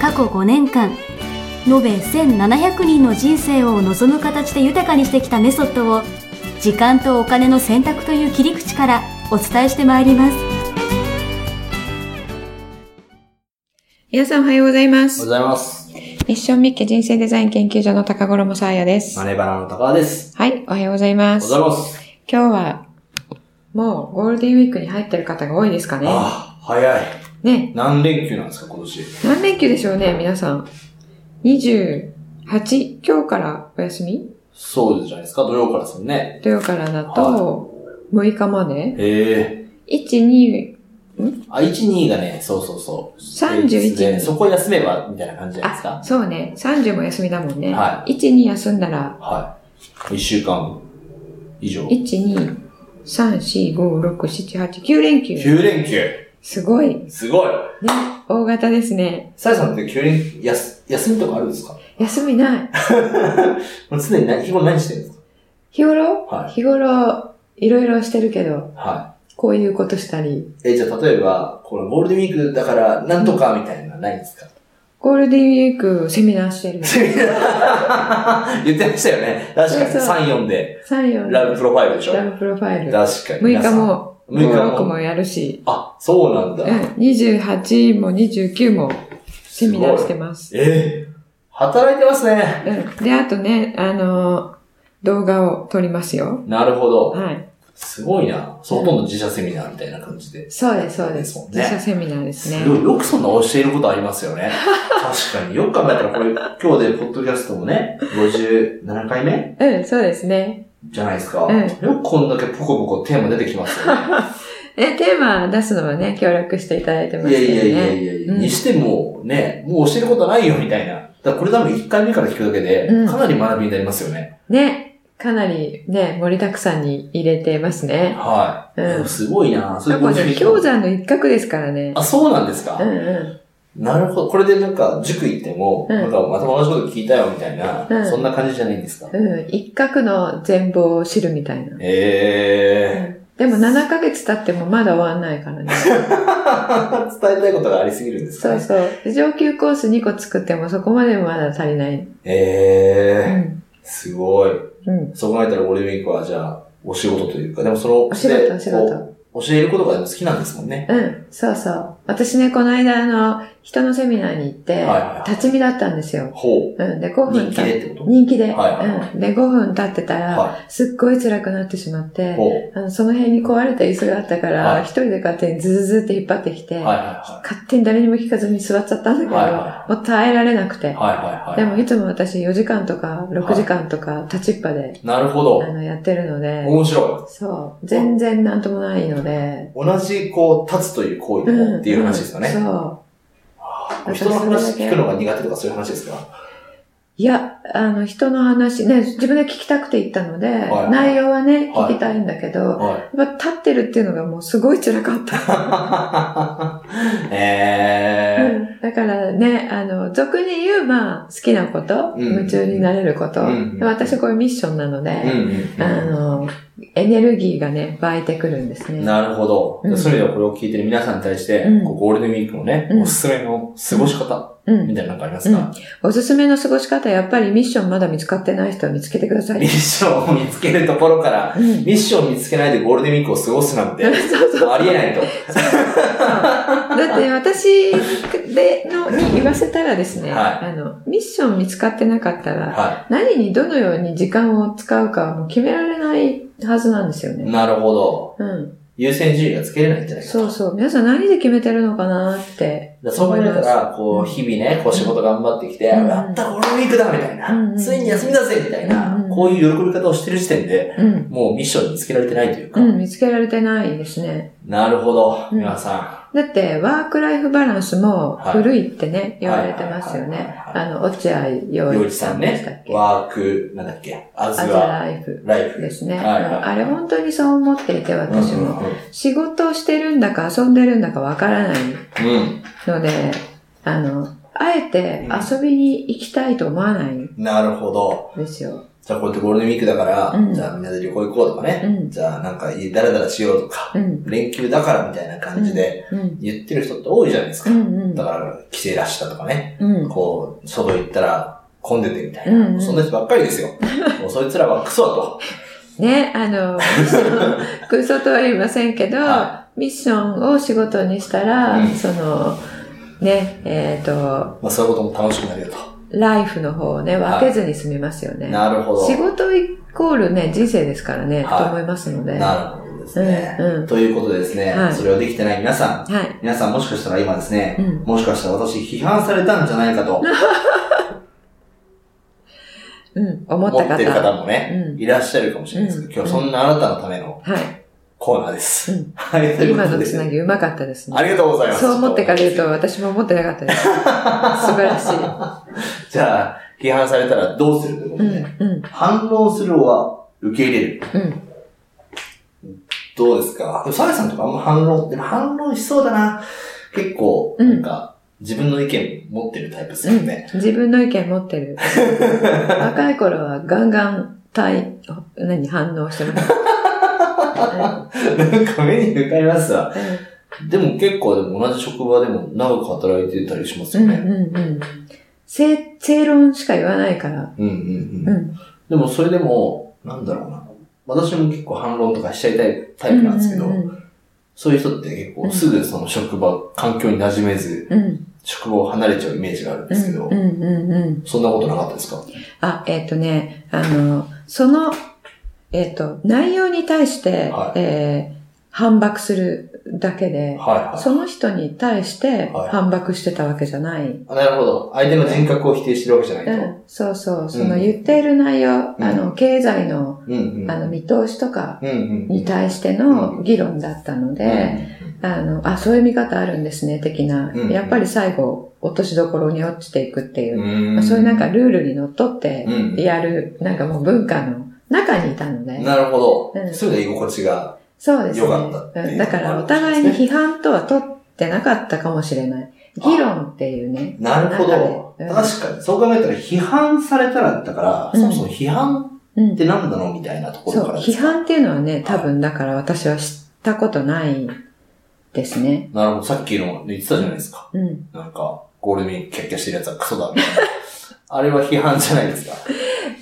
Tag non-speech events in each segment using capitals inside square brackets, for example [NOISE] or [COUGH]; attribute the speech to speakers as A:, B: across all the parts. A: 過去5年間延べ1700人の人生を望む形で豊かにしてきたメソッドを時間とお金の選択という切り口からお伝えしてまいります
B: 皆さんおはようございま
C: おは
B: す。
C: ようございます。
B: ミッションミッケ人生デザイン研究所の高頃もさあやです。
C: マ
B: は
C: ネバラの高田です。
B: い、おはようございま
C: おは
B: す。
C: よう
B: 今
C: ございます。
B: 日は、もうゴールデンウィークに入ってる方が多いですかね。
C: ああ、早い。
B: ね、
C: 何連休なんですか、今年。
B: 何連休でしょうね、皆さん。28、今日からお休み
C: そうじゃないですか、土曜からですもんね。
B: 土曜からだと、6日まで。
C: ええ
B: 1、2、
C: あ、1、2がね、そうそうそう。
B: 31
C: でそこ休めば、みたいな感じじゃないです
B: あ、
C: か。
B: そうね、30も休みだもんね。
C: は
B: 1、2休んだら、
C: はい。1週間以上。
B: 1、2、3、4、5、6、7、8、9連休。
C: 9連休
B: すごい。
C: すごい
B: ね、大型ですね。
C: さやさんって9連休、やす休みとかあるんですか
B: 休み
C: [LAUGHS]
B: ない。
C: もう常に何日頃何してるんです
B: 日頃、
C: はい
B: 日頃、いろいろしてるけど、
C: かは
B: こういうことしたり、
C: い。え、じゃあ例えば、このゴールデンウィークだから、なんとかみたいなのないんですか
B: ゴールデンウィークセミナーしてる。
C: [LAUGHS] 言ってましたよね。確かに。
B: そうそう
C: 3、4で。
B: 三四
C: ラブプロファイルでしょ。
B: ラ
C: 確
B: ブプロファイル。
C: かに。
B: 6日。も、
C: 皆さん
B: 5、
C: 六
B: 6
C: 日
B: も
C: も
B: やるし、
C: あ、そうなん
B: う
C: だ。
B: ん、28も29もセミナーしてます。
C: えー働いてますね。
B: うん、で、あとね、あのー動画を撮りますよ。
C: なるほど。
B: はい。
C: すごいな。そうほとんど自社セミナーみたいな感じで。
B: そうです、そうです。
C: そうね
B: 自社セミナーですね
C: す。ごい。よくそんな教えることありますよ
B: [LAUGHS]
C: ね。確かに。よく考えたら、これ、今日で、ポッドキャストもね、57回目
B: うん、そうですね。
C: じゃないですか。
B: うん
C: よくこんだけポコポコテーマ出てきますよね。
B: え、テーマ出すのはね、協力していただいてま
C: い
B: すけ
C: や
B: どね。
C: いやいやいやいや、
B: うん
C: にしても、ね、もう教えることないよみたいな。だからこれ多分1回目から聞くだけで
B: うん、
C: かなり学びになりますよね。
B: ね、かなりね、盛りだくさんに入れてますね。
C: はい。
B: うん
C: でもすごいなそうい
B: 過
C: うこ
B: 去
C: と
B: ね、氷山の一角ですからね。
C: あ、そうなんですか、
B: うんう
C: なるほど。これでなんか、塾行っても、
B: うん
C: なんかまた同じこと聞いたよみたいな、
B: うん
C: そんな感じじゃないんですか、
B: ん。うん、一角の全貌を知るみたいな。
C: え
B: でも7ヶ月経ってもまだ終わんないからね。
C: ー。 [LAUGHS] 伝えたいことがありすぎるんです
B: そ
C: か
B: う
C: ね。
B: そう。で上級コース2個作ってもそこまでもまだ足りない。う
C: えー。
B: ん。
C: すごい。
B: うん。
C: そう考えたらゴールデンウィークはじゃあ、お仕事というか、でもその、
B: お仕事
C: で
B: お仕事
C: こう教えることがでも好きなんですもんね。
B: うん。そうそう。私ね、この間あの、人のセミナーに行って
C: はいはいは、い
B: 立ち見だったんですよ。
C: ほう。
B: うん。で、5分
C: 人気
B: 経っ
C: でってこと
B: 人気で。
C: はいはいは
B: うん。で、5分経ってたら、
C: は
B: すっごい辛くなってしまっ
C: い。
B: て、
C: ほう。
B: あの、その辺に壊れた椅子があったか
C: は
B: ら、
C: い
B: 一人で勝手にズズズって引っ張ってきて、
C: はいは
B: 勝手に誰にも聞かずに座っちゃったんだけど、
C: はいは
B: もう耐えられなくて。
C: いはい。はいはいはい。
B: でも、いつも私4時間とか6時間とか立ちっぱで、
C: なるほど
B: あ。の、やってるので、
C: 面白い。
B: そう、全然なんともないので、
C: 同じ、こう、立つという行為でもっていう話ですよね。
B: うんそう。うん
C: 人の話聞くのが苦手とかそういう話ですか
B: いや、あの、人の話、ね、自分で聞きたくて行ったので、
C: はい
B: 内容はね、
C: は
B: 聞
C: い
B: きたいんだけど、
C: は
B: やっぱ立ってるっていうのがもうすごい辛かった。
C: い。え
B: うんだからね、あの、俗に言う、まあ、好きなこと、
C: うん
B: 夢中になれること、
C: うん
B: で私これミッションなの
C: ー。うん
B: で、
C: うん
B: あの、エネルギーがね、湧いてくるんです
C: う
B: ね。
C: ん。なるほど。
B: うん
C: そういう意味ではこれを聞いてる皆さんに対して、
B: うん
C: こうゴールデンウィークのね、
B: うん
C: おすすめの過ごし方
B: う
C: み
B: ん。
C: たいなのなんかありますか、
B: うんおすすめの過ごし方、やっぱりミッションまだ見つかってない人は見つけてくださ
C: ミッ
B: い。
C: ショ [LAUGHS] ンを見つけるところから、
B: うん。
C: ミッションを見つけないでゴールデンウィークを過ごすなんて、
B: そうそう。
C: ありえないと。
B: だって私でのに言わせたらですね、
C: は
B: あの、ミッション見つかってなかったら、
C: は
B: 何にどのように時間を使うかはもう決められないはずなんですよ
C: い。
B: ね。
C: なるほど。
B: うん。
C: 優先順位がつけれないんじゃないかと。
B: そうそう。皆さん何で決めてるのかなって。
C: だからそう考えたら、こう、日々ね、こう仕事頑張ってきて、
B: うん
C: やった、ゴールデンウィークだみたいな、
B: うん
C: ついに休みだぜみたいな、
B: うん
C: こういう喜び方をしてる時点で、
B: うん。
C: もうミッションにつけられてないというか。
B: うん、見つけられてないですね。
C: なるほど、
B: うん
C: 皆さ
B: だって、ワークライフバランスも
C: はい
B: 古いってね、言われてますよ
C: はい
B: ね。
C: はいはいは
B: あの、落合
C: ん。
B: 陽
C: 洋
B: 一
C: 一
B: さ
C: さ
B: ん
C: ん
B: でした
C: ね
B: っ、け
C: ワーク、なんだっけ、ア
B: ア
C: ズ
B: ズ
C: は
B: ライフ
C: ライフ。
B: ですね。うん
C: はいはい
B: あれ本当にそう思っていて、私
C: うん
B: も。仕事をしてるんだか遊んでるんだかわからない
C: うんう
B: の
C: ん、
B: で、あの、あえて遊びに行きたいと思わないん
C: うん。なるほど。
B: ですよ。
C: じゃあこうやってゴールデンウィークだから、
B: うん
C: じゃあみんなで旅行行こうとかね。
B: うん。
C: じゃあなんか家ダラダラしようとか、
B: うん。
C: 連休だからみたいな感じで
B: うん。
C: 言ってる人って多いじゃないです
B: う
C: か。
B: ん。
C: だから、帰省らしたとかね。
B: うん。
C: こう、外行ったら混んでてみたいな。
B: うんうん
C: そんな人ばっかりで
B: [LAUGHS]
C: すよ。もうそいつらはクソだと。
B: ね、あ
C: [LAUGHS]
B: の、ミッションクソとは言いませんけど、
C: は
B: ミッションを仕事にしたら、
C: うん
B: その、ね、えっ、と、
C: まあそういうことも楽しくなるよと。
B: ライフの方をね、
C: はい
B: 分けずに済みますよね。
C: なるほど。
B: 仕事イコールね、人生ですからね、
C: はい
B: と思いますので。は
C: なるほどですね。
B: うんうん
C: ということでですね、
B: はい
C: それをできてない皆さん、
B: い。
C: 皆さんもしかしたら今ですね、
B: うん
C: もしかしたら私批判されたんじゃないかと
B: うん、 [LAUGHS] 思った
C: 思
B: 方。
C: ってる方もね、
B: うん
C: いらっしゃるかもしれないですけど、
B: うん
C: 今日はそんなあなたのための
B: はい。
C: コーナーです。
B: うん
C: はい、というこ
B: 今
C: と
B: の
C: で。
B: つなぎうまかったですね。
C: ありがとうございます。
B: そう思ってかれると私も思ってなかった
C: [LAUGHS]
B: です。素晴らしい。
C: じゃあ、批判されたらどうするというこ
B: う
C: と
B: ん、
C: で、
B: うん、
C: 反論するは受け入れる。
B: うん。
C: どうですかでもサメさんとかあんま反論、でも反論しそうだな。結構、
B: うん
C: なんか、自分の意見持ってるタイプですよね。
B: うん、自分の意見持って
C: [LAUGHS]
B: る。若い頃はガンガン対、何、反応して
C: [LAUGHS]
B: ました。うん
C: なんか目に浮かびますわ。
B: うん
C: でも結構でも同じ職場でも長く働いてたりします
B: う
C: よ
B: ん
C: ね。
B: うんうん。正、正論しか言わないから。
C: うんうん
B: う
C: うん。
B: ん。
C: でもそれでも、なんだろうな。私も結構反論とかしちゃいたいタイプなんですけ
B: う
C: ど、
B: ん
C: そういう人って結構すぐその職場、環境に馴染めず、
B: うん。
C: 職場を離れちゃうイメージがあるん
B: う
C: ですけ
B: ん
C: ど
B: う、んうんうん。
C: そんなことなかったですか
B: あ、えっ、とね、あの、その、えっ、と、内容に対して、
C: は
B: えー反駁するだけで、
C: はい
B: その人に対して
C: はい
B: 反駁してたわけじゃない。
C: あなるほど。相手の人格を否定してるわけじゃな
B: う
C: いと。
B: ん、そうそう、その言っている内容、
C: うん
B: あの、経済の、
C: うんうん。
B: あの、見通しとか
C: うんうん。
B: に対しての議論だったので、あの、あ、そういう見方あるんですね、的な。
C: うん
B: やっぱり最後、落としどころに落ちていくっていう、
C: うん
B: まあそういうなんか、ルールにのっとって
C: うん
B: やる、なんかもう文化の中にいたので、
C: なるほ
B: うん
C: ど。それで居心地が。
B: そうですね。
C: よかったっていう
B: うんだから、お互いに批判とは取ってなかったかもしれない。議論っていうね。
C: なるほど。
B: 中でうん
C: 確かに。そう考えたら、批判されたら、だから、
B: うん
C: そもそも批判
B: うん
C: って何なのみたいなところ
B: そう
C: か、らです
B: 批
C: か。
B: 判っていうのはね、多分だから私は知ったことないですね。
C: なるほど。さっきの言ってたじゃないですか。
B: うん。
C: なんか、ゴールデンウィークキャッキャしてるやつはクソだ。みたい
B: [LAUGHS]
C: なあれは批判じゃないですか。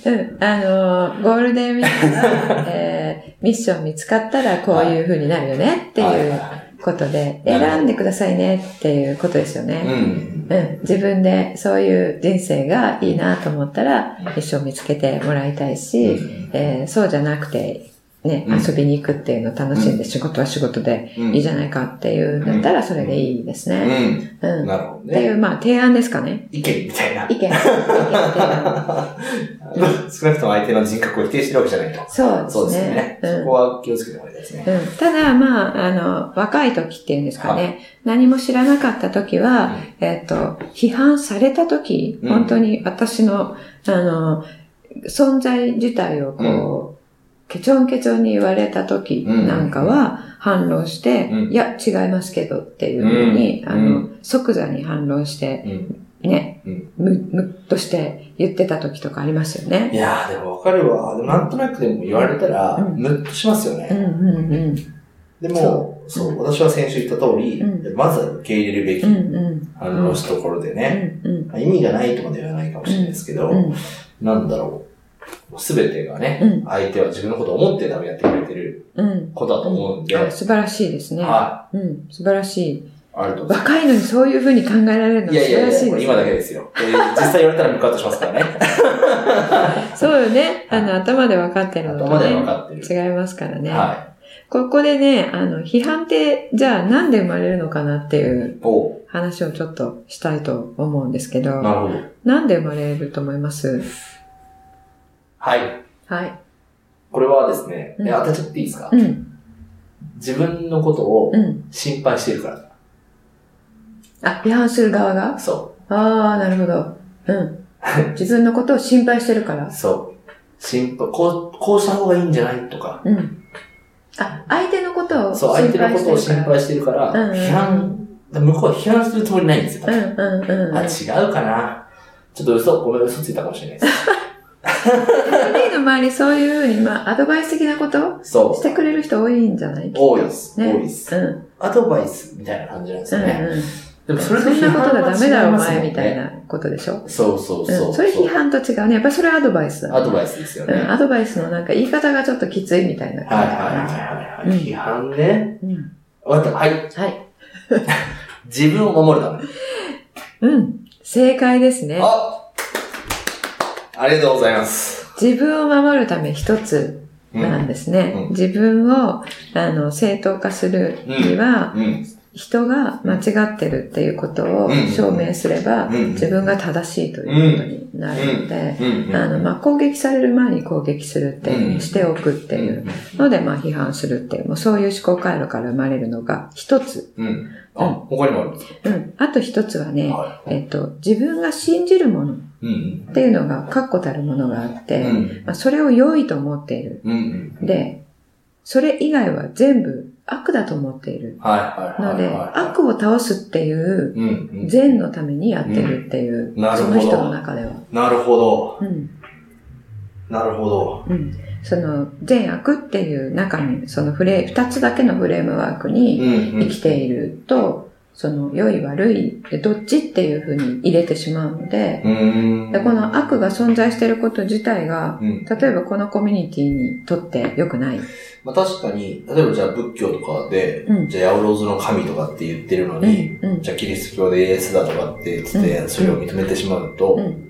B: うん。あのーゴールデンウィーク
C: [LAUGHS]
B: は、えーミッション見つかったらこういう風になるよねって
C: はい
B: い
C: は
B: う
C: い
B: ことで、
C: なるほど
B: 選んでくださいねっていうことですよ
C: う
B: ね。
C: ん。
B: うん。自分でそういう人生がいいなと思ったら
C: うん、
B: ミッション見つけてもらいたいし、
C: うん
B: えーそうじゃなくて、ね、
C: うん
B: 遊びに行くっていうのを楽しんで、仕事は仕事で
C: うん
B: いいじゃないかっていうんだったら、それでいいですね。
C: う。
B: うんん。
C: なるほど
B: ってい
C: ね。
B: う、まあ、提案ですかね。
C: 意見みたいな。
B: 意見。意見提案。
C: [LAUGHS] 少なくとも相手の人格を否定してるわけじゃないと。そ
B: そう
C: う
B: で
C: です
B: ね
C: すね。。
B: うん
C: そこは気をつけてもらいたいですね。
B: うんただ、まあ、あの、若い時っていうんですかね、何も知らなかった時は、えっ、と、批判された時、
C: うん
B: 本当に私の、あの、存在自体をこう、ケチョンケチョンに言われた時なんかは、反論して、
C: うん
B: いや、違いますけどっていうふうに、
C: うん
B: あ
C: う
B: の、即座に反論して、
C: うん
B: ね、
C: うん
B: む、むっとして言ってた時とかありますよね。
C: いやー、でもわかるわ。でもなんとなくでも言われたら、
B: うん
C: ムッとしますよ
B: うん
C: ね。
B: うんうん。
C: でも、
B: そ
C: そうう、私は先週言った通り、
B: う
C: まずは受け入れるべき
B: うんうん。
C: 反論したところで
B: う
C: ね、
B: んうん。
C: 意味がないとまでは言わないかもしれないですけど、
B: うん
C: なんだろう。すべてがね、
B: うん
C: 相手は自分のことを思って多分やってくれてる
B: うん。
C: ことだと思うんで、
B: あ素晴らしいですね。
C: は
B: うん。素晴らしい。
C: い。ありがとうございます。
B: 若いのにそういうふうに考えられるのはい素
C: やい
B: 晴
C: や
B: らしい
C: いや、
B: です。
C: 今だけですよ。えー実際言われたらムカッとしますから
B: [LAUGHS]
C: ね。
B: そうよね。あの、頭で分かってるの
C: 頭
B: と
C: では分
B: ね。
C: かってる。
B: 違いますからね。
C: は
B: ここでね、あの、批判って、じゃあなんで生まれるのかなっていう
C: い。お
B: 話をちょっとしたいと思うんですけど、
C: なるほど。
B: なんで生まれると思います
C: はい。
B: はい。
C: これはですね、
B: うん
C: え当てちゃっていいですか、
B: うん。
C: 自分のことを
B: うん。
C: 心配してるから。
B: あ、批判する側が
C: そ
B: ああ、なるほど。うん。自分のことを心配してるか
C: う。
B: ら。
C: そう。心配、こう、こうした方がいいんじゃないとか。
B: うん。あ、相手のことを
C: そう、
B: 心
C: 相
B: 配して
C: 手
B: るから。
C: のことを心配してるから、
B: うんうん
C: 批判、向こうは批判するつもりないんですよ。
B: うんうんうん。
C: あ、違うかな。ちょっと嘘、ごめん、嘘ついたかもしれないです。
B: B の周りそういうふうに、まあ、アドバイス的なことし
C: そ。
B: てくれる人多いんじゃないう
C: 多いです。
B: ね
C: 多いです。
B: うん。
C: アドバイスみたいな感じなんですよね。
B: う
C: で
B: んう
C: も
B: ん。そ
C: それ
B: ん
C: と批
B: な
C: 判
B: ことが
C: は
B: ダメだ
C: 違い
B: お
C: ますもん
B: 前
C: ね
B: みたい。なことでしょ。
C: そうそうそう
B: うん。それ批判と違うね。やっぱりそれはアドバイスだね。
C: アドバイスですよね。
B: うん。アドバイスのなんか言い方がちょっときついみたいな
C: はい
B: 感
C: は
B: じ
C: い
B: かな。
C: はいは
B: う
C: い。
B: ん
C: 批判ね。
B: うん。
C: わかった。はい。
B: はい。
C: 自分を守るため。
B: うん。正解ですね。
C: あありがとうございます。
B: 自分を守るため一つ
C: うん。
B: なんですね。
C: うんうん
B: 自分を、あの、正当化するには、
C: うん。
B: 人が間違ってるっていうことを
C: うん
B: 証明すれば、
C: うん
B: 自分が正しいということになるので、
C: うん。
B: あの、まあ、攻撃される前に攻撃するっていう、
C: うん
B: しておくっていうので、まあ、批判するっていう、もうそういう思考回路から生まれるのが一つ。
C: うん。あ、他にもあるんですか
B: うん。あと一つはね、
C: はい。
B: えっと、自分が信じるもの
C: うん。
B: っていうのが確固たるものがあっ
C: う
B: て、
C: ん。
B: まあ、それを良いと思っている。
C: うん。
B: で、それ以外は全部悪だと思っている。
C: はいは
B: の
C: いはい。
B: で、悪を倒すっていう、
C: うん。
B: 善のためにやってるっていう、
C: うんなる
B: そ
C: ほ
B: の
C: ど
B: 人の中では。
C: なるほど。
B: うん。
C: なるほど。
B: うん。その、善悪っていう中に、そのフレ、二つだけのフレームワークに
C: 生
B: 生きていると、その、良い悪い、でどっちっていうふうに入れてしまうので、
C: うん。
B: でこの悪が存在していること自体が、
C: うん。
B: 例えばこのコミュニティにとって良くない。
C: まあ確かに、例えばじゃあ仏教とかで、
B: うん。
C: じゃあ八百万の神とかって言ってるの
B: う
C: に、
B: ん。うん。
C: じゃあキリスト教でイエスだとかって言ってて、それを認めてしまうと、
B: うん。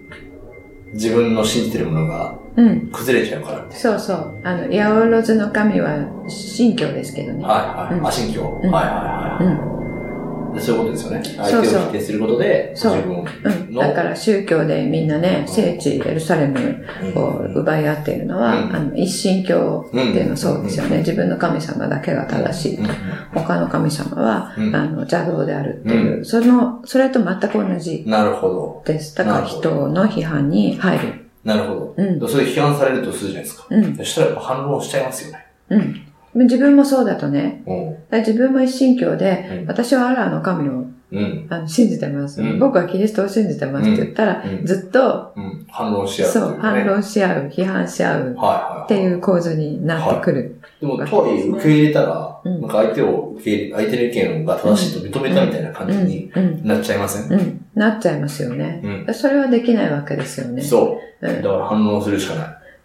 C: 自分の信じてるものが
B: うん。
C: 崩れちゃうからみたい
B: そうそう。あの、八百万の神は信教ですけどね
C: な。。はいはい。
B: うん
C: あ、信教。
B: うん
C: はいはい
B: うん。
C: はいで。そういうことですよね。
B: そ
C: 相
B: う
C: 手
B: そう
C: を否定することで、自
B: そう
C: 分を。
B: うん。だから宗教でみんなね、聖地エルサレムを奪い合っているのは、
C: うん
B: あの、一神教
C: う
B: っていうのはそうですよね。自分の神様だけが正しいと。他の神様は、
C: うん
B: あの、邪道であるっていう、その、それと全く同じ
C: なるほど。
B: です。だか
C: な
B: ら
C: るほど
B: 人の批判に入る。
C: なるほ
B: う
C: ど。
B: ん。
C: それで批判されるとするじゃないですか。
B: うん。
C: そしたらやっぱ反論しちゃいますよね。
B: うん。自分もそうだとね。
C: うん。
B: だから自分も一神教で、
C: うん
B: 私はアラーの神を
C: うん。
B: あの信じてます、
C: うん
B: 僕はキリストを信じてますって言ったら、
C: うん
B: ずっと、
C: うん。反論し合うってい
B: そうう、
C: ね。
B: 反論し合う、批判し合う
C: はいはい。
B: っていう構図になってくる。
C: でも、とはいえ受け入れたら、
B: うん
C: なんか相手を受け入れ、相手の意見が正しいと認めたみたいな感じに
B: うん、うん、
C: なっちゃいません、
B: うん。なっちゃいますよね。
C: うん、
B: それはできないわけですよね。
C: そう。
B: う
C: だから反論するしか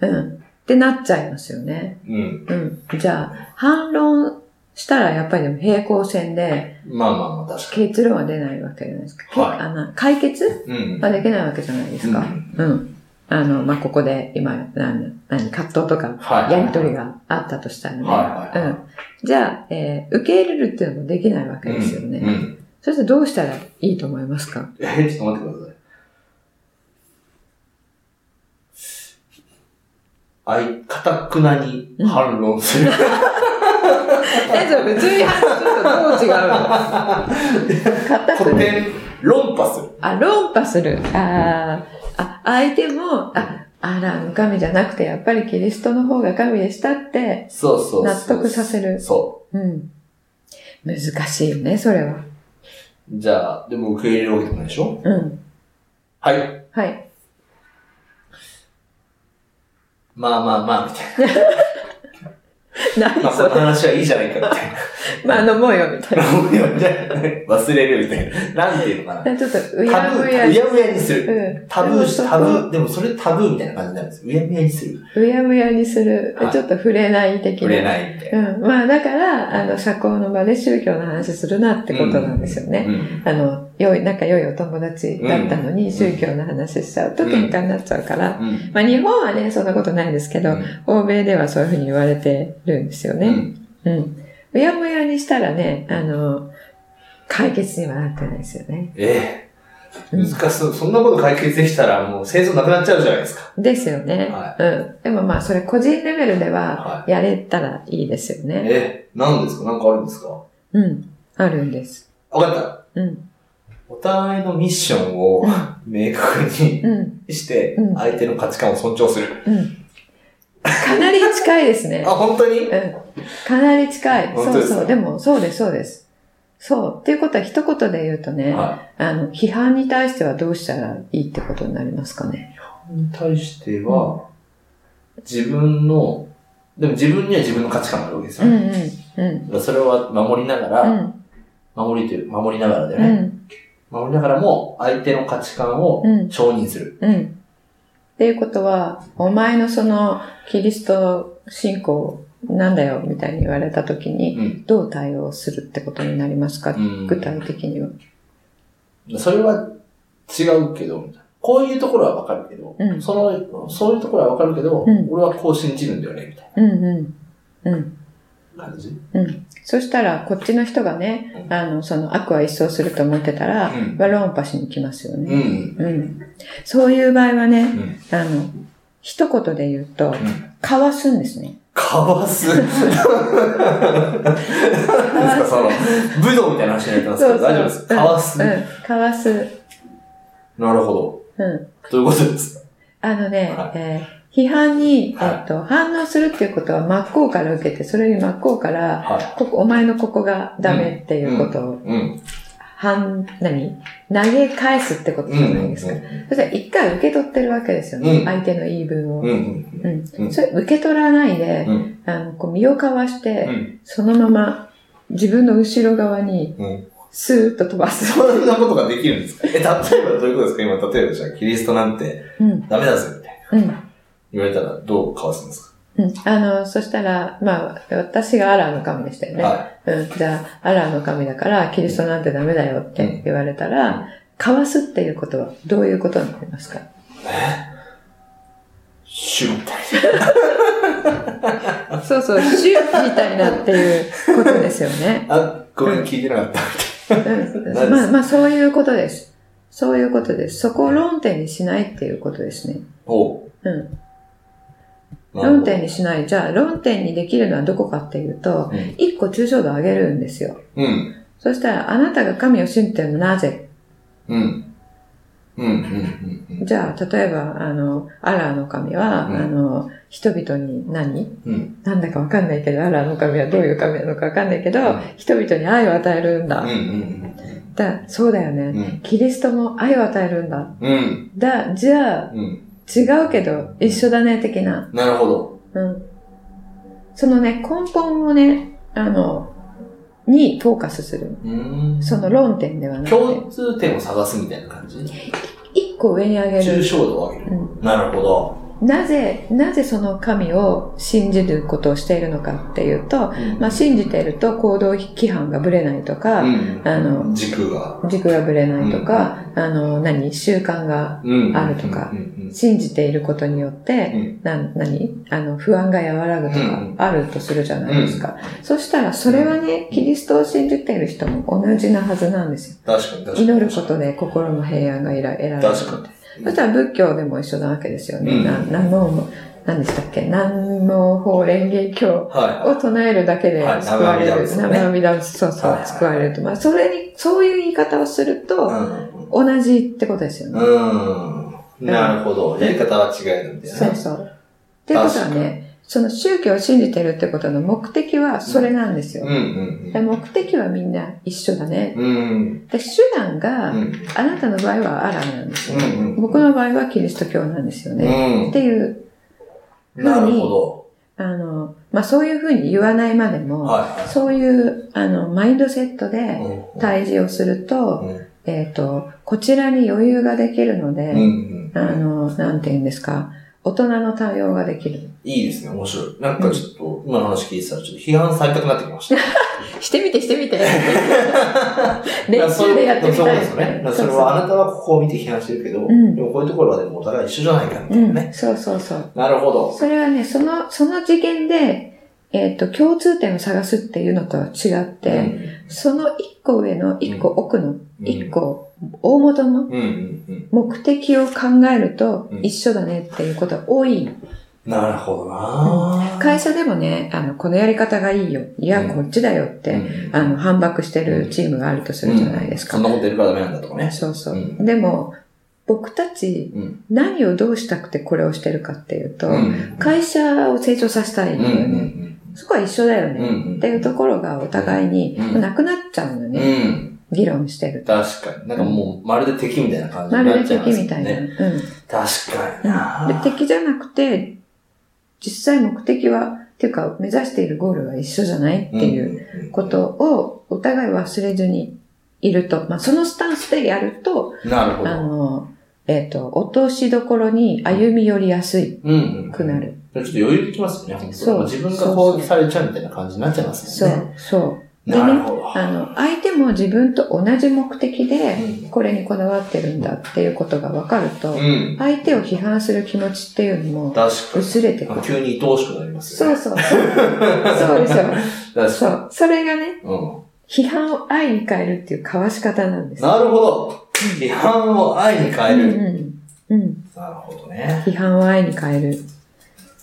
C: ない。
B: ん。うん。ってなっちゃいますよね。
C: うん。
B: うん。じゃあ、反論したらやっぱりでも平行線で
C: まあまあまあ、確か
B: 結論は出ないわけじゃないですか。け
C: はい
B: あの解決
C: に。うん。
B: はできないわけじゃないですか。うん。あの、まあ、ここで今、何、何、葛藤とか
C: はい。
B: やりとりがあったとしたらね。
C: はいはいはい
B: うん。じゃあ、えー受け入れるっていうのもできないわけですよね。
C: うん。うん
B: そしてどうしたらいいと思いますか
C: え、ちょっと待ってください。あい、かたくなに反論する。
B: え、じゃあ別に話ちょっとどう違うの固
C: 古
B: くね。
C: 典、論破する。
B: あ、論破する。あーあ、相手も、あ、あら、の神じゃなくて、やっぱりキリストの方が神でしたって、
C: そうそうそう。
B: 納得させる
C: そう。
B: うん。難しいよね、それは。
C: じゃあ、でも受け入れるわけでもないでしょ
B: うん。
C: はい。
B: はい。
C: まあまあまあ、みたい
B: 何
C: な。まあ、こ
B: そ
C: の
B: れ。
C: 話はいいじゃないか、みたいな。
B: まあ、飲もうよ、みたいな。
C: 忘れるみたいな。なんていうのかな。
B: ちょっと、う
C: タ
B: や
C: ブ
B: む
C: ー、
B: や
C: うやむやにする。
B: うん
C: タブ
B: でも
C: ー
B: そ
C: し、
B: こ
C: タブー、でもそれタブーみたいな感じになるんですよ。うやむやにする。
B: うやむやにする
C: はい。
B: ちょっと触れない的な。
C: 触れないみたいな。
B: うん。まあだから、あの、社交の場で宗教の話するなってことなんですよね。
C: うん。
B: あの、良い、仲良いお友達だったのに、宗教の話しちゃうと喧嘩になっちゃうから。
C: うん。
B: まあ日本はね、そんなことないですけど、欧米ではそういうふうに言われてるんですよ
C: う
B: ね。
C: ん。
B: うん。うやむやにしたらね、あの、解決にはなってないですよね。
C: ええ。
B: うん
C: 難しそう。そんなこと解決できたらもう戦争なくなっちゃうじゃないですか。
B: ですよね。
C: は
B: うん。でもまあ、それ個人レベルでは
C: は
B: やれたらいいですよね。
C: え、何ですかなんかあるんですか
B: うん。あるんです。
C: 分かった。
B: うん。
C: お互いのミッションを [LAUGHS] 明確に
B: うん。
C: して
B: うん、
C: 相手の価値観を尊重する。
B: うん。かなり近いですね
C: あ、。本当に
B: うん。かなり近い。
C: 本
B: そ
C: 当
B: う
C: ですか
B: そう。でも、そうです、そうです。そう。っていうことは一言で言うとね、
C: は
B: あの、批判に対してはどうしたらいいってことになりますかね。
C: い。に対しては、自分の、でも自分には自分の価値観があるわけです
B: う
C: よ
B: んう
C: ね。
B: ん。うん。
C: だからそれは守りなが
B: う
C: ら、
B: ん。
C: 守りという、守りながらで
B: う
C: ね。
B: ん。
C: 守りながらも、相手の価値観を
B: うん。
C: 承認する。
B: うん。っていうことは、お前のそのキリスト信仰なんだよみたいに言われた時
C: う
B: に、
C: ん。
B: どう対応するってことになりますか、
C: うん
B: 具体的には。
C: それは違うけど、みたいな。こういうところはわかるけど、
B: うん
C: その、そういうところはわかるけど、
B: うん
C: 俺はこう信じるんだよね、みたい
B: うんうん。うん。
C: な感じ。
B: うん。そしたら、こっちの人がね、あの、その悪は一掃すると思ってたら、
C: うん
B: は論破しに来ますよ
C: う
B: ね。
C: ん。
B: うん。そういう場合は
C: う
B: ね、
C: ん。
B: あの、一言で言うと、かわすんですね。
C: かわす。 [LAUGHS] なんですか、その、武道みたいな話になってますけど、大丈夫ですかかわす
B: う。ん。かわす。
C: なるほど。
B: うん。
C: どういうことですか
B: あのね、
C: はい
B: えー批判に、
C: はい
B: えっと反応するっていうことは真っ向から受けて、それに真っ向から、
C: は
B: ここお前のここがダメっていうことを、
C: い。うん。
B: 反何投げ返すってこと
C: う
B: じ
C: ん。
B: ゃ
C: う
B: ない
C: ん
B: ですか。そしたら一回受け取ってるわけですよね。
C: うん
B: 相手の言い分を。
C: うん。うん。
B: うん
C: うん
B: それ受け取らないで、
C: うん
B: あのこう身をかわして、
C: うん
B: そのまま自分の後ろ側に
C: うん。
B: スーッと飛ばす。
C: そんなことができるんですかえ、例えばどういうことですか今、例えばじゃあ、キリストなんて
B: うん、
C: ダメだぜ、みたいな。
B: うん
C: 言われたら、どうかわすんですか
B: うんあの、そしたら、まあ、私がアラーの神でしたよね。
C: は
B: うん、じゃあ、アラーの神だから、キリストなんてダメだよって言われたら、かわすっていうことはどういうことになりますか
C: い。シュンみたいな。
B: そうそう、主みたいなっていうことですよ
C: [LAUGHS]
B: ね。
C: あ、ごめん、聞いてなかった。
B: うん、まあまあ、そういうことです。そういうことです。そこを論点にしないっていうことですね。
C: おう。
B: うん。
C: なるほ
B: 論
C: ど
B: 点にしない。じゃあ、論点にできるのはどこかっていうと、
C: うん
B: 一個抽象度を上げるんですよ。
C: うん。
B: そしたら、あなたが神を信じてるのはなぜ
C: うん。うん。うん。うん。
B: じゃあ、例えば、あの、アラーの神は、
C: うん
B: あの、人々に何
C: うん。
B: なんだかわかんないけど、アラーの神はどういう神なのかわかんないけど、
C: うん
B: 人々に愛を与えるんだ。
C: うん。
B: だそうだよ
C: う
B: ね。
C: ん。
B: キリストも愛を与えるんだ。
C: うん。
B: だ、じゃあ、
C: うん。
B: 違うけど、一緒だね、的な。
C: なるほど。
B: うん。そのね、根本をね、あの、にフォーカスする。
C: うーん。
B: その論点ではなくて、
C: 共通点を探すみたいな感じ
B: 一個上に上げ
C: 抽
B: る。
C: 象度を上げる。
B: うん
C: なるほど。
B: なぜ、なぜその神を信じることをしているのかっていうと、まあ、信じていると行動規範がぶれないとか、
C: うん。
B: あの
C: 軸が。
B: 軸がぶれないとか、あの、何習慣が、
C: うん
B: あるとか
C: うんうん
B: 信じていることによって、
C: うん。
B: な、何あの、不安が和らぐとか
C: うん、
B: あるとするじゃないですか。そしたら、それはね、キリストを信じている人も同じなはずなんですよ。
C: 確かに、確かに。
B: 祈ることで心の平安が得ら得られる。
C: 確かに。
B: そしたら仏教でも一緒なわけですよね。
C: うん
B: な何の、何でしたっけ何の法蓮華経
C: は
B: を唱えるだけで
C: はい
B: 救われ
C: 生身
B: る。生
C: です
B: 身
C: ね
B: だそうそ
C: は
B: う
C: い、はい
B: 救われると。まあ、それに、そういう言い方をする
C: い。
B: と、
C: う
B: 同じってことですよね。
C: ん。うん。なるほど。やり方は違えるんだよね。
B: そうそう。っていうことはね、その宗教を信じてるってことの目的はそれなんですよ。
C: うんうん
B: で目的はみんな一緒だね。
C: うん。うん。
B: で、手段が、
C: うん。
B: あなたの場合はアラーなんですよ。
C: うんうん
B: 僕の場合はキリスト教なんですよね。
C: うん
B: っていう
C: なるほど。
B: あの、まあ、そういうふうに言わないまでも、
C: は
B: そういう、あの、マインドセット
C: い
B: で
C: はい。
B: 対峙をすると、
C: うん
B: えっ、と、こちらに余裕ができるので、
C: うんう
B: あ
C: ん。
B: の、なんて言うんですか、大人の対応ができる。
C: いいですね、面白い。なんかちょっと、今の話聞いてたら、ちょっと批判されたくなってきました。
B: してみて、して [LAUGHS] みて。
C: [LAUGHS] い
B: 練習でやってみ
C: そう
B: た
C: で
B: い。
C: すよね。だからそれはあなたはここを見て批判してるけど、
B: ん
C: でもこういうところはでもお互い一緒じゃないかみた
B: う、
C: いなんね。
B: そうそうそう。
C: なるほど。
B: それはね、その、その次元で、えっ、と、共通点を探すっていうのとは違って、その一個上の一個奥の
C: うん
B: 一個大元の
C: うんうんうん。
B: 目的を考えると
C: うん
B: 一緒だねっていうことが多い。
C: なるほどな
B: 会
C: 社
B: 社でもね、あの、このやり方がいいよ。いや、
C: うん
B: こっちだよって、あの、反駁してるチームがあるとするじゃないですか。
C: そんなことやるからダメなんだとかね。
B: そうそう。
C: うん
B: でも、僕たち
C: うん
B: 何をどうしたくてこれをしてるかっていうと、
C: うん
B: 会社を成長させたいん
C: うん
B: だ
C: う
B: よね。
C: ん
B: そこは一緒だよね。
C: うんうん
B: っていうところがお互いに、
C: うん
B: まあなくなっちゃうの
C: うん。う
B: ね。
C: ん。
B: 議論してると。
C: 確かに。なんかもう、まるで敵みたいな感じ
B: ま
C: にな
B: る
C: っち
B: で
C: ゃいます
B: 敵
C: よね。
B: みたいな。うん
C: 確かにな
B: で敵じゃなくて、実際目的は、っていうか目指しているゴールは一緒じゃないっていう
C: う
B: ことをお互い忘れずにいると、まあ、そのスタンスでやると、
C: ん。なるほ
B: あ
C: ど。
B: の、えっ、と、落としどころに歩み寄りやすい
C: うんうん。
B: くなる。
C: ちょっと余裕できますよね、本当
B: そう
C: 自分が攻撃されちゃうみたいな感じになっちゃいます
B: そ
C: よね。
B: う、そう。で
C: なる
B: ね、
C: ほど。
B: あの、相手も自分と同じ目的で、
C: うん
B: これにこだわってるんだっていうことが分かると
C: う、ん。
B: 相手を批判する気持ちっていうのも
C: 確かに。
B: 薄れてく
C: あ
B: る。
C: 急に愛おしくなりますよ
B: そう
C: ね。
B: そうそう。そうですよ。
C: 確
B: そ
C: か
B: う。それがね、
C: に。うん。
B: 批判を愛に変えるっていう交わし方なんです。
C: なるほど。批判を愛に変え
B: う
C: る。
B: ん、うん。うん。
C: なるほどね。
B: 批判を愛に変える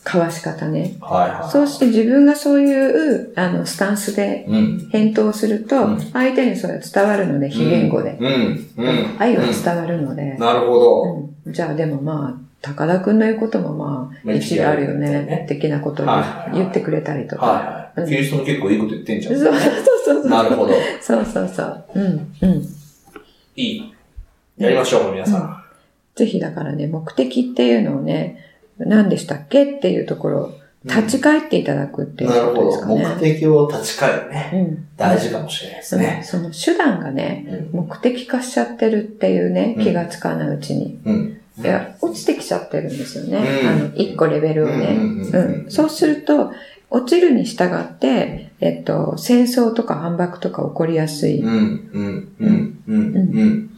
B: 交わし方ね。
C: はいはい。
B: そうして自分がそういうあのスタンスで
C: うん。
B: 返答する
C: う
B: と
C: ん、
B: 相手にそれは伝わるので、非言語で。
C: うん。うん。
B: 愛は
C: う
B: 伝わるので
C: ん。。なるほど。
B: うんじゃあでもまあ、高田くんの言うこともま
C: ま
B: あ、
C: あ
B: 一理あるよ
C: 一理あるよね
B: ね、的なことを
C: はいはいはい
B: 言ってくれたりとか。
C: はいは
B: う
C: い。
B: ん
C: キリストも結構いいこと言ってんじ
B: そう
C: ゃ
B: そうそうそ
C: ん。
B: う。
C: [LAUGHS] なるほど。
B: そうそうそう。うん、うん。
C: いい。やりましょう、皆さん。
B: ぜひだからね、目的っていうのをね、何でしたっけっていうところ、立ち返っていただくっていう
C: なる
B: こと
C: ほ
B: です
C: ど。
B: かね。
C: 目的を立ち返るね。
B: うん
C: 大事かもしれないですね。
B: その手段がね、
C: うん。
B: 目的化しちゃってるっていうね、
C: うん
B: 気がつかないうちに。
C: うん。
B: いや、落ちてきちゃってるんですよね。
C: うん
B: あの、一個レベルを
C: う
B: ね。
C: んうん
B: う
C: うん
B: ん。そうすると、落ちるに従って、えっと、戦争とか反駁とか起こりやすい。
C: うん、うん、うん、うん、うん。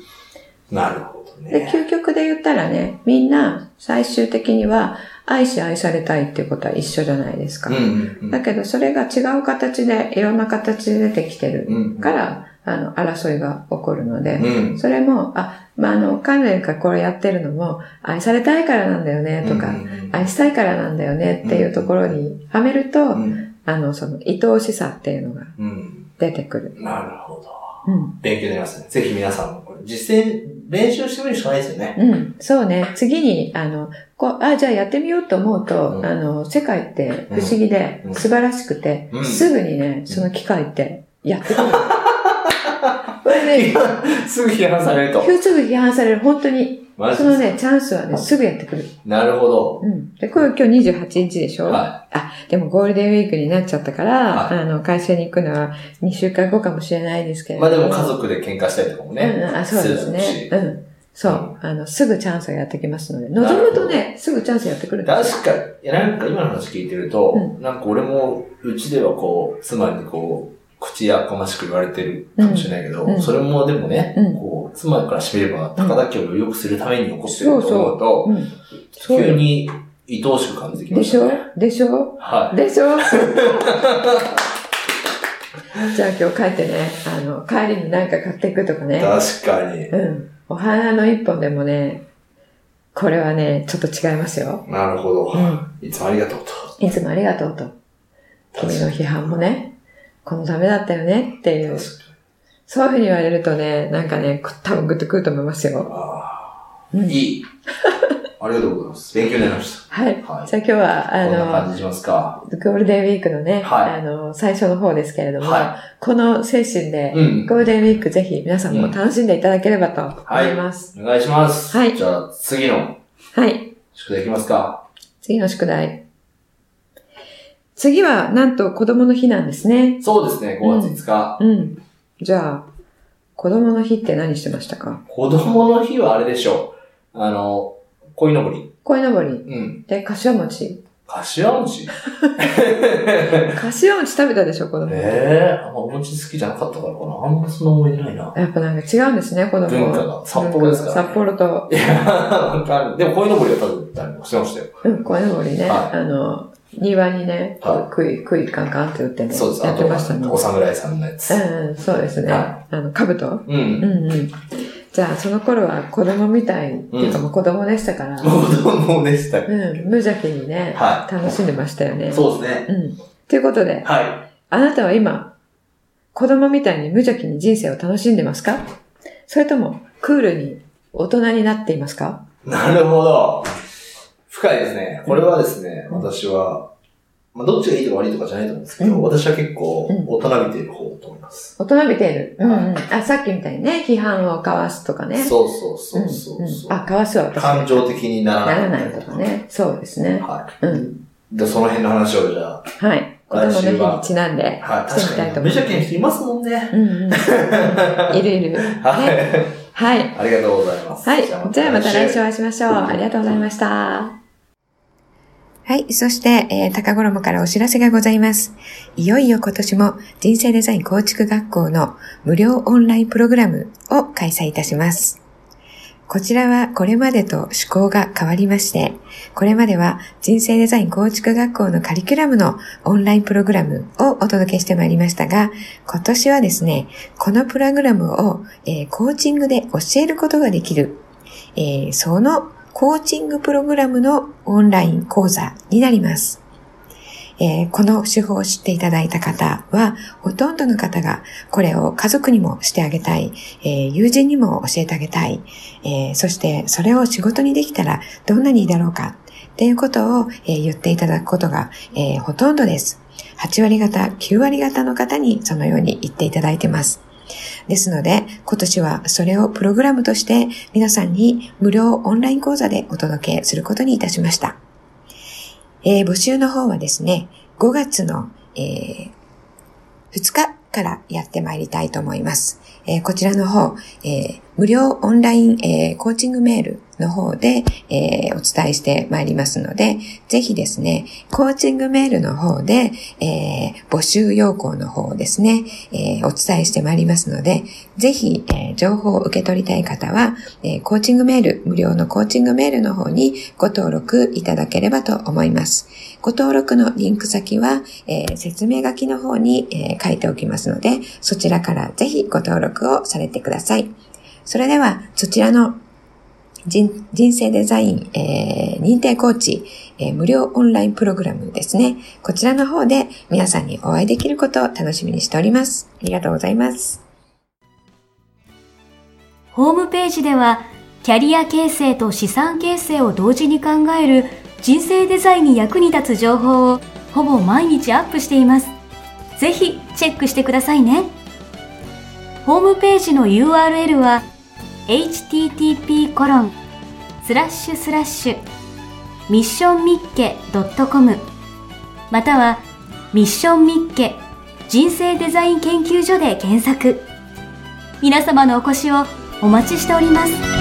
C: なるほど
B: で、
C: ね。
B: 究極で言ったらね、みんな最終的には愛し愛されたいっていうことは一緒じゃないですか。
C: うん、うん
B: だけど、それが違う形で、いろんな形で出てきてる
C: うん、うん。
B: から、あの、争いが起こるので、
C: うん、
B: それも、あ、まあ、あの、関連がこれやってるのも、愛されたいからなんだよね、とか、
C: うんうん
B: 愛したいからなんだよねっていうところにはめると、
C: うん、
B: あの、その、愛おしさっていうのが
C: うん。
B: 出てくる。
C: なるほど。
B: うん。
C: 勉強になりますね。ぜひ皆さんもこれ、実践、練習してみるしかないですよね。
B: うん。そうね。次に、あの、こう、あ、じゃあやってみようと思うと、
C: うん
B: あの、世界って不思議で、
C: うん
B: 素晴らしくて、
C: うん
B: すぐにね、その機会ってやってくる。これ
C: [LAUGHS]
B: ね、
C: すぐ批判されると。
B: すぐ批判される。本当に、
C: マジ
B: そ
C: で
B: の
C: すか
B: ね、チャンスはね、すぐやってくる。
C: なるほど。
B: うん。で、これ今日28日でしょ
C: は
B: でもゴールデンウィークになっちゃったから、
C: はい
B: あの、会社に行くのは2週間後かもしれないですけ
C: い。
B: れ
C: ま
B: ど
C: あでも家族で喧嘩したりとかも
B: うん
C: ね。
B: うん、あ、そうですね。
C: す
B: うん。そう。あの、すぐチャンスがやってきますので、望むとね、すぐチャンスやってくるんですよ。
C: 確かに、いやなんか今の話聞いてると、
B: う
C: なんか俺も、うちではこう、妻にこう、口やかましく言われてるかもしれないけど、
B: うんうん
C: それもでもね、
B: うん
C: こう、妻からしてみれば、高田家を良くするために起こしてると
B: そうそう
C: 思うと、
B: うん。そう
C: 急
B: よ
C: に愛おしく感じてきま
B: で
C: し、
B: したょ
C: ね。
B: でしょ
C: は
B: でし [LAUGHS] ょじゃあ今日帰ってね、あの、帰りに何か買っていくとか
C: い。
B: ね。
C: 確かに。
B: うん。お花の一本でもね、これはね、ちょっと違いますよ。
C: なるほど、
B: うん
C: いつもありがとうと。
B: いつもありがとうと。君の批判もね、このためだったよねっていう
C: 確。かに。
B: そういうふうに言われるとね、なんかね、く多分グッとくると思いますよ。
C: あ
B: う
C: あ、
B: ん
C: いい。ありがとうございます。勉強になりまし
B: はい。
C: た。はい。
B: じゃあ今日は、
C: こんな
B: あ
C: 感じしますか。
B: の、ゴールデンウィークのね、
C: はい
B: あの、最初の方ですけれども、
C: は
B: この精神で
C: い。、うん。
B: ゴールデンウィークぜひ皆さんも楽しんでいただければと思います。
C: お願いします。
B: はい
C: じゃあ、次の
B: はい。
C: 宿題いきますか。
B: 次の宿題。次は、なんと子供の日なんですね。
C: そうですね、5月5日。
B: うん。じゃあ、子供の日って何してましたか
C: 子供の日はあれでしょう。あの、鯉のぼり。
B: 鯉のぼり。
C: うん。
B: で、柏
C: [LAUGHS]
B: 餅。
C: 柏餅
B: 柏餅食べたでしょ、子供。
C: ええあんまお餅好きじゃなかったからかな。あんまそんな思い出ないな。
B: やっぱなんか違うんですね、子供。
C: 文化が札幌ですからね
B: 札幌と、
C: いや、わかんない。でも、鯉のぼりは食べたりもしてましたよ。
B: うん、鯉のぼりね、
C: は
B: あの、庭にね、こ
C: は
B: うクイ、クイカンカンって打ってね、
C: そうです。
B: や
C: あ
B: って
C: と
B: ましたね
C: は、。お侍さんのやつ。
B: うんうん、そうですね。
C: は
B: あの、兜
C: う
B: うん
C: ん。
B: うん。じゃあ、その頃は子供みたい、っていうか
C: うん
B: もう子供でしたから、
C: もうどうもでした。
B: うん、無邪気にね、
C: は
B: 楽しんでましたよね。
C: い。そうですね。
B: うん。ということで、
C: は
B: あなたは今、子供みたいに無邪気に人生を楽しんでますかそれとも、クールに大人になっていますか
C: い。なるほど。深いですね。これはですね、
B: うん
C: 私は、まあ、どっちがいいとか悪いとかじゃないと思うんですけど、
B: うん
C: 私は結構
B: うん
C: 大人びている方だと思います。
B: 大人びている。うんうん。あ、さっきみたいにね、批判を交わすとかね。
C: そうそうそう
B: う
C: そ
B: ん
C: う
B: う
C: そ
B: ん。あ、
C: う。
B: 交わすは私
C: 感情的にな
B: な
C: らない。
B: らないとか。ね。そうですね。
C: は
B: うん。
C: い。で、その辺の話をじゃあ、
B: はい。子供の日にちなんで。
C: はい。
B: してみ
C: 確
B: た
C: か
B: いと思
C: に。無
B: います
C: 邪気な人いますもんね。
B: うんう
C: [LAUGHS]
B: ん。いるいる。ね
C: はい。
B: はい。
C: [LAUGHS] ありがとうございます。
B: はい。じゃあまた来週お会いしましょう。
C: は
B: あ
C: い
B: りがとうございました。はい。そして、えー高衣からお知らせがございます。いよいよ今年も人生デザイン構築学校の無料オンラインプログラムを開催いたします。こちらはこれまでと思考が変わりまして、これまでは人生デザイン構築学校のカリキュラムのオンラインプログラムをお届けしてまいりましたが、今年はですね、このプログラムを、えーコーチングで教えることができるえーそのコーチングプログラムのオンライン講座になります。えーこの手法を知っていただいた方は、ほとんどの方がこれを家族にもしてあげたい、えー友人にも教えてあげたい、えーそしてそれを仕事にできたらどんなにいいだろうかっていうことを、えー言っていただくことが、えーほとんどです。8割方、9割方の方にそのように言っていただいてます。ですので、今年はそれをプログラムとして皆さんに無料オンライン講座でお届けすることにいたしました。えー募集の方はですね、5月の、えー2日からやってまいりたいと思います。えーこちらの方、えー無料オンライン、えーコーチングメールの方で、えーお伝えしてまいりますので、ぜひですね、コーチングメールの方で、えー募集要項の方をですね、えーお伝えしてまいりますので、ぜひ、えー情報を受け取りたい方は、えーコーチングメール、無料のコーチングメールの方にご登録いただければと思います。ご登録のリンク先は、えー説明書きの方に、えー書いておきますので、そちらからぜひご登録をされてください。それでは、そちらの人人生デザイン、えー認定コーチ、えー無料オンラインプログラムですね。こちらの方で皆さんにお会いできることを楽しみにしております。ありがとうございます。
A: ホームページでは、キャリア形成と資産形成を同時に考える人生デザインに役に立つ情報をほぼ毎日アップしています。ぜひチェックしてくださいね。ホームページの URL は http コロンスラッシュスラッシュミッションミッケ .com またはミッションミッケ人生デザイン研究所で検索。皆様のお越しをお待ちしております。